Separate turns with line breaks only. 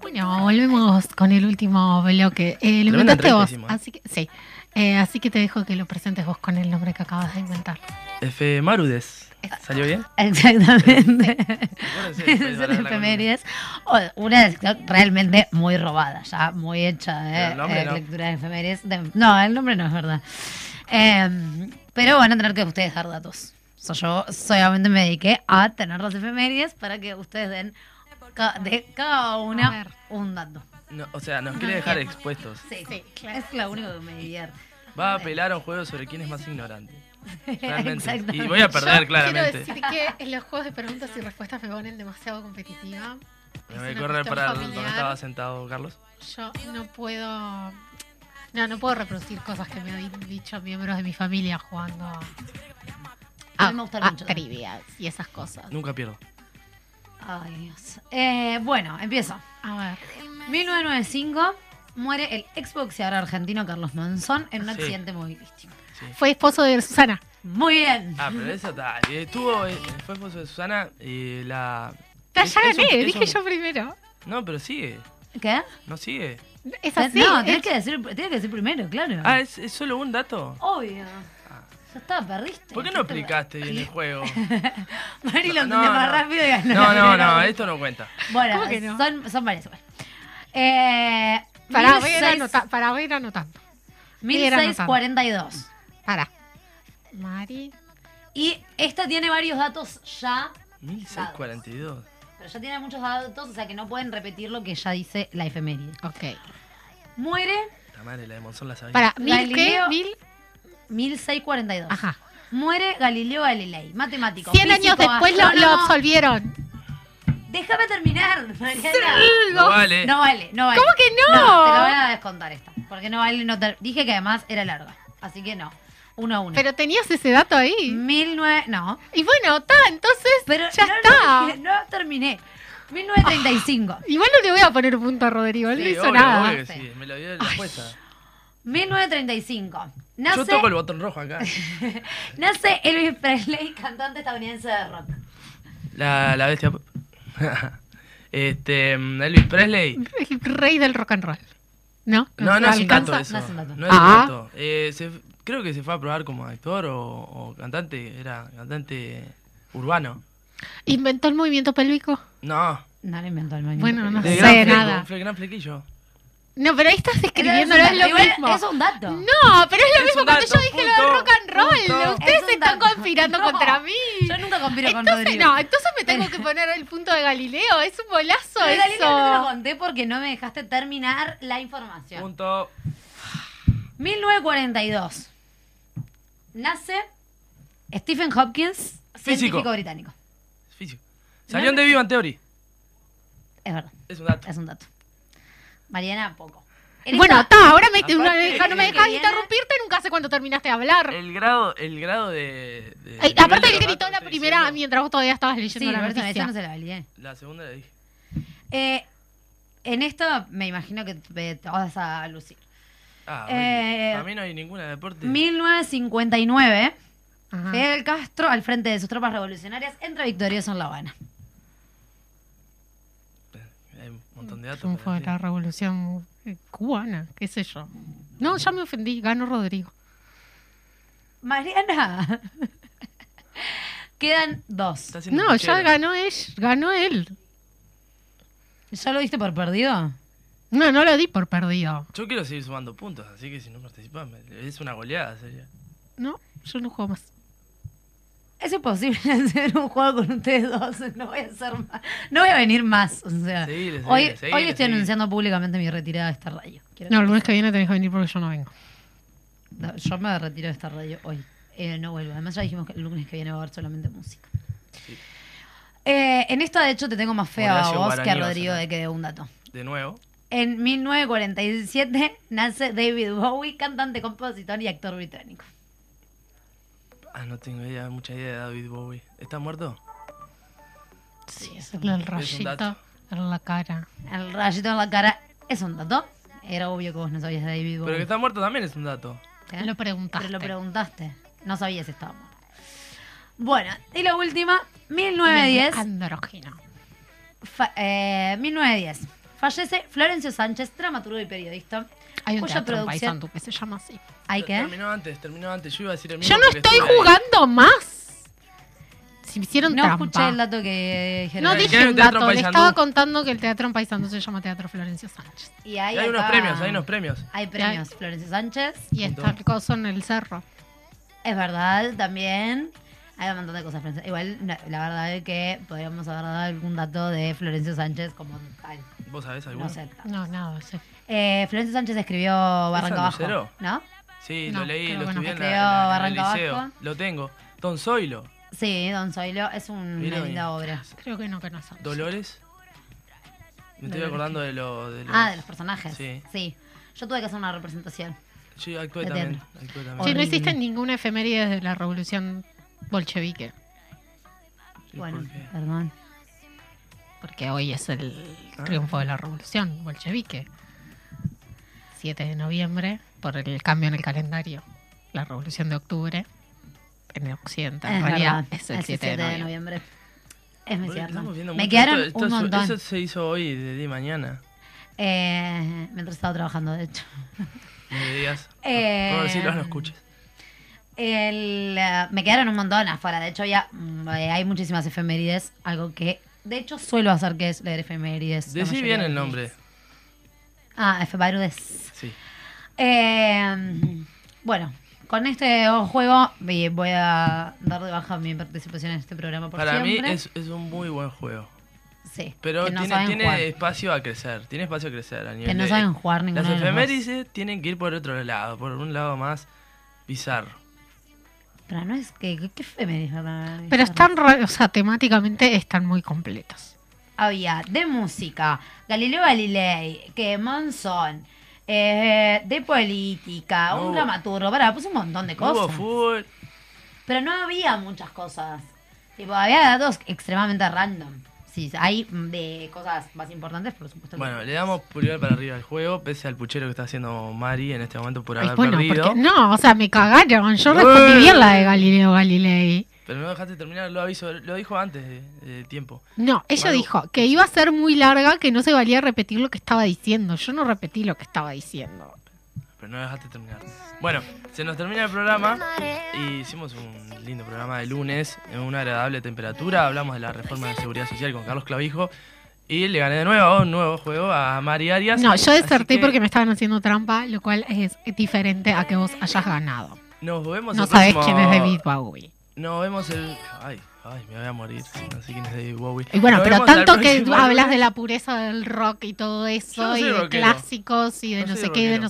Bueno, volvemos con el último bloque. Eh, lo inventaste
Tremenda entrevista
vos,
hicimos, ¿eh?
así que sí. Eh, así que te dejo que lo presentes vos con el nombre que acabas de inventar.
Efemarudes. ¿Salió bien?
Exactamente.
Acuérdense, para
Son
la columna.
efemérides. O- Una realmente muy robada, ya muy hecha
Pero
de
el nombre no.
lectura de efemérides. De- no, el nombre no es verdad. Eh, pero van a tener que ustedes dar datos. So, yo solamente me dediqué a tener las efemérides para que ustedes den ca- de cada
A
una
ver.
un dato.
No, o sea, nos quiere dejar expuestos.
Sí,
Sí, claro.
Es lo único que me divierte.
Va a apelar a un juego sobre quién es más ignorante. Realmente.
Exactamente.
Y voy a perder, claramente.
Quiero decir que en los juegos de preguntas y respuestas me ponen demasiado competitiva.
Me
Es
voy a
una
correr
cuestión
para
familiar.
donde estaba sentado Carlos.
Yo no puedo. No, no puedo reproducir cosas que me han dicho miembros de mi familia jugando a,
A mí me gusta
a
mucho.
trivias y esas cosas.
Nunca pierdo.
Ay, Dios. Eh, bueno, empiezo.
A ver.
1995 muere el exboxeador argentino Carlos Monzón en un
Sí.
accidente movilístico.
Fue esposo de Susana.
Muy bien.
Ah, pero esa está. eh, Estuvo, eh, fue esposo de Susana y la.
Ya
es- es un-
gané,
es
dije
un-
yo primero.
No, pero sigue.
¿Qué?
No sigue.
Es así.
no,
Ah, es-
tenés que, decir, tenés que decir primero, claro.
Ah, ¿es, es solo un dato.
Obvio. Ya está, perdiste.
¿Por qué no explicaste bien el juego?
Mari
No,
lo entendió
no.
más rápido y
No,
ganó. la
no,
primera
no,
vez.
esto no cuenta.
Bueno,
¿Cómo que no?
son, son varias. igual. Eh,
Pará, voy a ir
16
anota- pará, voy a ir anotando. voy a ir anotando.
1642.
Pará. Mari.
Y esta tiene varios datos ya
1642.
Pero ya tiene muchos datos, o sea que no pueden repetir lo que ya dice la efeméride.
Ok.
Muere
La madre, la de Monzón la sabía.
Pará, mil qué?
Galileo-
Mil.
1642.
Ajá.
Muere Galileo Galilei, matemático.
100
físico,
años después lo, lo
astrónomo.
absolvieron.
Déjame terminar, Mariana.
No vale.
No vale, no vale.
¿Cómo que no?
te lo voy a descontar esta. Porque no vale, no te... Dije que además era larga. Así que no. Uno a uno.
Pero tenías ese dato ahí.
19... No.
Y bueno, está, entonces
Pero
ya
no,
está. Ah.
No, dije- no terminé. 1935.
Igual no le voy a poner un punto a Rodrigo, él no
Sí,
hizo
obvio,
nada.
obvio que sí, me lo dio la apuesta.
1935.
Yo
Nace,
toco el botón rojo acá.
nace Elvis Presley, cantante estadounidense de rock.
La, la bestia. este, Elvis Presley.
El rey del rock and roll. ¿No?
No, no es un dato
alcanza-
eso.
no es un dato.
No es un
Ah.
dato. Eh, se f- creo que se fue a probar como actor o, o cantante. Era cantante urbano.
¿Inventó el movimiento pélvico?
No.
No le inventó el movimiento.
Bueno, no
de
sé
gran fleco,
nada.
un fle- gran flequillo.
No, pero ahí estás describiéndolo,
Pero
es lo
igual
mismo.
Es un dato.
No, pero es lo
Es
mismo
un
cuando
dato,
yo dije lo del
punto,
rock and roll.
punto.
Ustedes
Es un
se están
dato.
conspirando
No,
contra mí.
Yo nunca conspiro con
Entonces,
Rodrigo.
no, entonces me tengo que poner el punto de Galileo. Es un bolazo
Pero Galileo no te lo
eso.
conté porque no me dejaste terminar la información.
Punto.
1942. Nace Stephen Hopkins, científico
Físico.
británico.
Físico. Salió de Vivan Theory.
Es verdad,
Es un dato.
es un dato. Mariana, poco. En
Bueno,
esta-
está, ahora me,
Aparte,
no me dejas- no me
el
que
dejas
viene-
interrumpirte nunca sé cuándo terminaste de hablar.
El grado, el grado de. de-
Ay,
nivel
aparte
de
él
los
gritó
datos
la
que estoy
primera
diciendo.
mientras vos todavía estabas
Sí,
leyendo
pero
la
esa- esa
noticia.
no se la validé.
La segunda la dije.
Eh, en esto me imagino que te te vas a lucir.
Ah,
Eh,
bueno, a mí no hay ninguna de deporte.
1959,
Ajá.
Fidel Castro, al frente de sus tropas revolucionarias, entra victorioso en La Habana.
Hay un montón de datos.
¿Cómo
para
fue
decir.
la revolución eh, cubana? ¿Qué sé yo? No, ya me ofendí, ganó Rodrigo.
Mariana. Quedan dos.
Está haciendo
No, ya
puchero.
ganó él, ganó él.
¿Ya lo diste por perdido?
No, no lo di por perdido.
Yo quiero seguir sumando puntos, así que si no participas, me- es una goleada, sería.
No, yo no juego más.
Es imposible hacer un juego con ustedes dos. No voy a hacer más. No voy a venir más. O
Seguile,
sea,
seguile,
hoy,
seguile,
hoy estoy
seguile.
anunciando públicamente mi retirada de esta radio. Quiero-
No, el lunes que viene tenés que venir porque yo no vengo.
No, Yo me retiro de esta radio hoy. Eh, no vuelvo. Además, ya dijimos que el lunes que viene va a haber solamente música. Eh, en esta, de hecho, te tengo más fea a
Horacio
vos que a
Guaraní va a
Rodrigo
ser.
de que de un dato.
De nuevo.
En 1947 nace David Bowie, cantante, compositor y actor británico.
Ah, no tengo idea, mucha idea de David Bowie. ¿Está muerto?
Sí, hacerle el rayito
dato.
en la cara.
El rayito en la cara es un dato. Era obvio que vos no sabías de David
Pero que
Bowie.
está muerto también es un dato.
¿eh?
Lo preguntaste.
Pero lo preguntaste. No sabías si estaba muerto. Bueno, y la última,
Y es
1910.
Andrógino.
fa- eh, 1910. Fallece Florencio Sánchez, dramaturgo y periodista.
Hay un
cuya
teatro en
producción.
Paysandú que se llama así.
¿Hay que?
Terminó antes, terminó antes. Yo iba a decir el mismo.
Yo no
porque
estoy
estuve ahí.
jugando más. Si me hicieron
No
trampa.
escuché el dato que dijeron.
No
Pero
dije
dijeron
el
Teatro
dato, le
Paysandú.
estaba contando que el teatro en Paysandú se llama Teatro Florencio Sánchez.
Y ahí
Y Hay unos
acá-
premios, hay unos premios.
Hay premios. Florencio Sánchez.
Y está el coso en el cerro.
Es verdad, también. Hay un montón de cosas. Florencio. Igual, la, la verdad es que podríamos haber dado algún dato de Florencio Sánchez como tal.
¿Vos sabés alguno?
No sé.
No, nada, sí.
Eh, Florencio Sánchez escribió Barranca Abajo.
Lucero?
¿no?
Sí,
No,
lo leí,
creo
lo
que no.
estudié en, la-
Creo
en la- en
Barranca
el liceo.
Baja.
Lo tengo. Don Zoilo.
Sí, Don Zoilo es un-
Mirá,
una linda
mirá.
obra.
Creo que no, que no son.
Dolores. Me estoy
Dolores,
acordando de, lo, de los.
Ah, de los personajes. Sí.
Sí.
Yo tuve que hacer una representación.
Yo actué
de
también.
teatro.
actué también.
Sí, no
Horrible.
existe ninguna efeméride desde la revolución bolchevique.
Sí,
bueno,
porque-
perdón.
Porque hoy es el
Ah.
triunfo de la revolución bolchevique. 7 de noviembre, por el cambio en el calendario. La revolución de octubre, en Occidente, en
es
realidad,
verdad.
es el 7 de
de
noviembre.
noviembre. Es muy
Porque
cierto.
estamos viendo
Me
mucho
quedaron
esto- esto
un
se-
montón.
Eso se hizo hoy, de, de mañana.
Eh, mientras estaba trabajando, de hecho.
No me digas.
Eh,
Por si los no escuches.
El, eh, me quedaron un montón afuera. De hecho, ya mm, eh, hay muchísimas efemérides. Algo que, de hecho, suelo hacer que es leer efemérides. la
Decí
mayoría
bien
de
el
las
nombre.
veces. Ah, efemérides.
Sí.
Eh, bueno, con este juego eh, voy a dar de baja mi participación en este programa por
Para mí
siempre.
es, es un muy buen juego.
Sí,
Pero
que no
tiene,
saben
tiene
jugar.
espacio a crecer. Tiene espacio a crecer a nivel
Que no
de-
saben jugar ninguno
Las
de los dos.
efemérides tienen que ir por otro lado, por un lado más bizarro.
Pero no es que... ¿Qué, qué efemérides, verdad?
Pero están, re- o sea, temáticamente están muy completos.
Había de música, Galileo Galilei, que Monzón, eh, de política,
No
un
hubo-
dramaturgo, para, puse un montón de
Hubo
cosas.
fútbol.
Pero no había muchas cosas. Tipo, había datos extremadamente random. Sí, hay de cosas más importantes, por supuesto. que-
Bueno, le damos pulgar para arriba al juego, pese al puchero que está haciendo Mari en este momento por
Ay,
haber
bueno,
perdido.
porque no, o sea, me cagaron. Yo respondí
Ué.
bien la de Galileo Galilei.
Pero no dejaste terminar, lo aviso, lo dijo antes de, de tiempo.
No, ella
Maru.
dijo que iba a ser muy larga, que no se valía repetir lo que estaba diciendo. Yo no repetí lo que estaba diciendo.
Pero no dejaste terminar. Bueno, se nos termina el programa y hicimos un lindo programa de lunes en una agradable temperatura. Hablamos de la reforma de seguridad social con Carlos Clavijo y le gané de nuevo un nuevo juego a Mari Arias.
No, yo
Así
deserté
que
porque me estaban haciendo trampa, lo cual es diferente a que vos hayas ganado.
Nos vemos
No
el
sabés
próximo-
quién es David Bowie.
Nos vemos el. Ay, ay, me voy a morir. No sé quién es David Bowie.
Y bueno,
Nos
pero
vemos al
tanto que
próximo
hablas de
lunes.
la pureza del rock y todo
Yo no
eso,
soy
y de
rockero.
clásicos, y de
No
no
soy
sé qué, y de
rockero.
no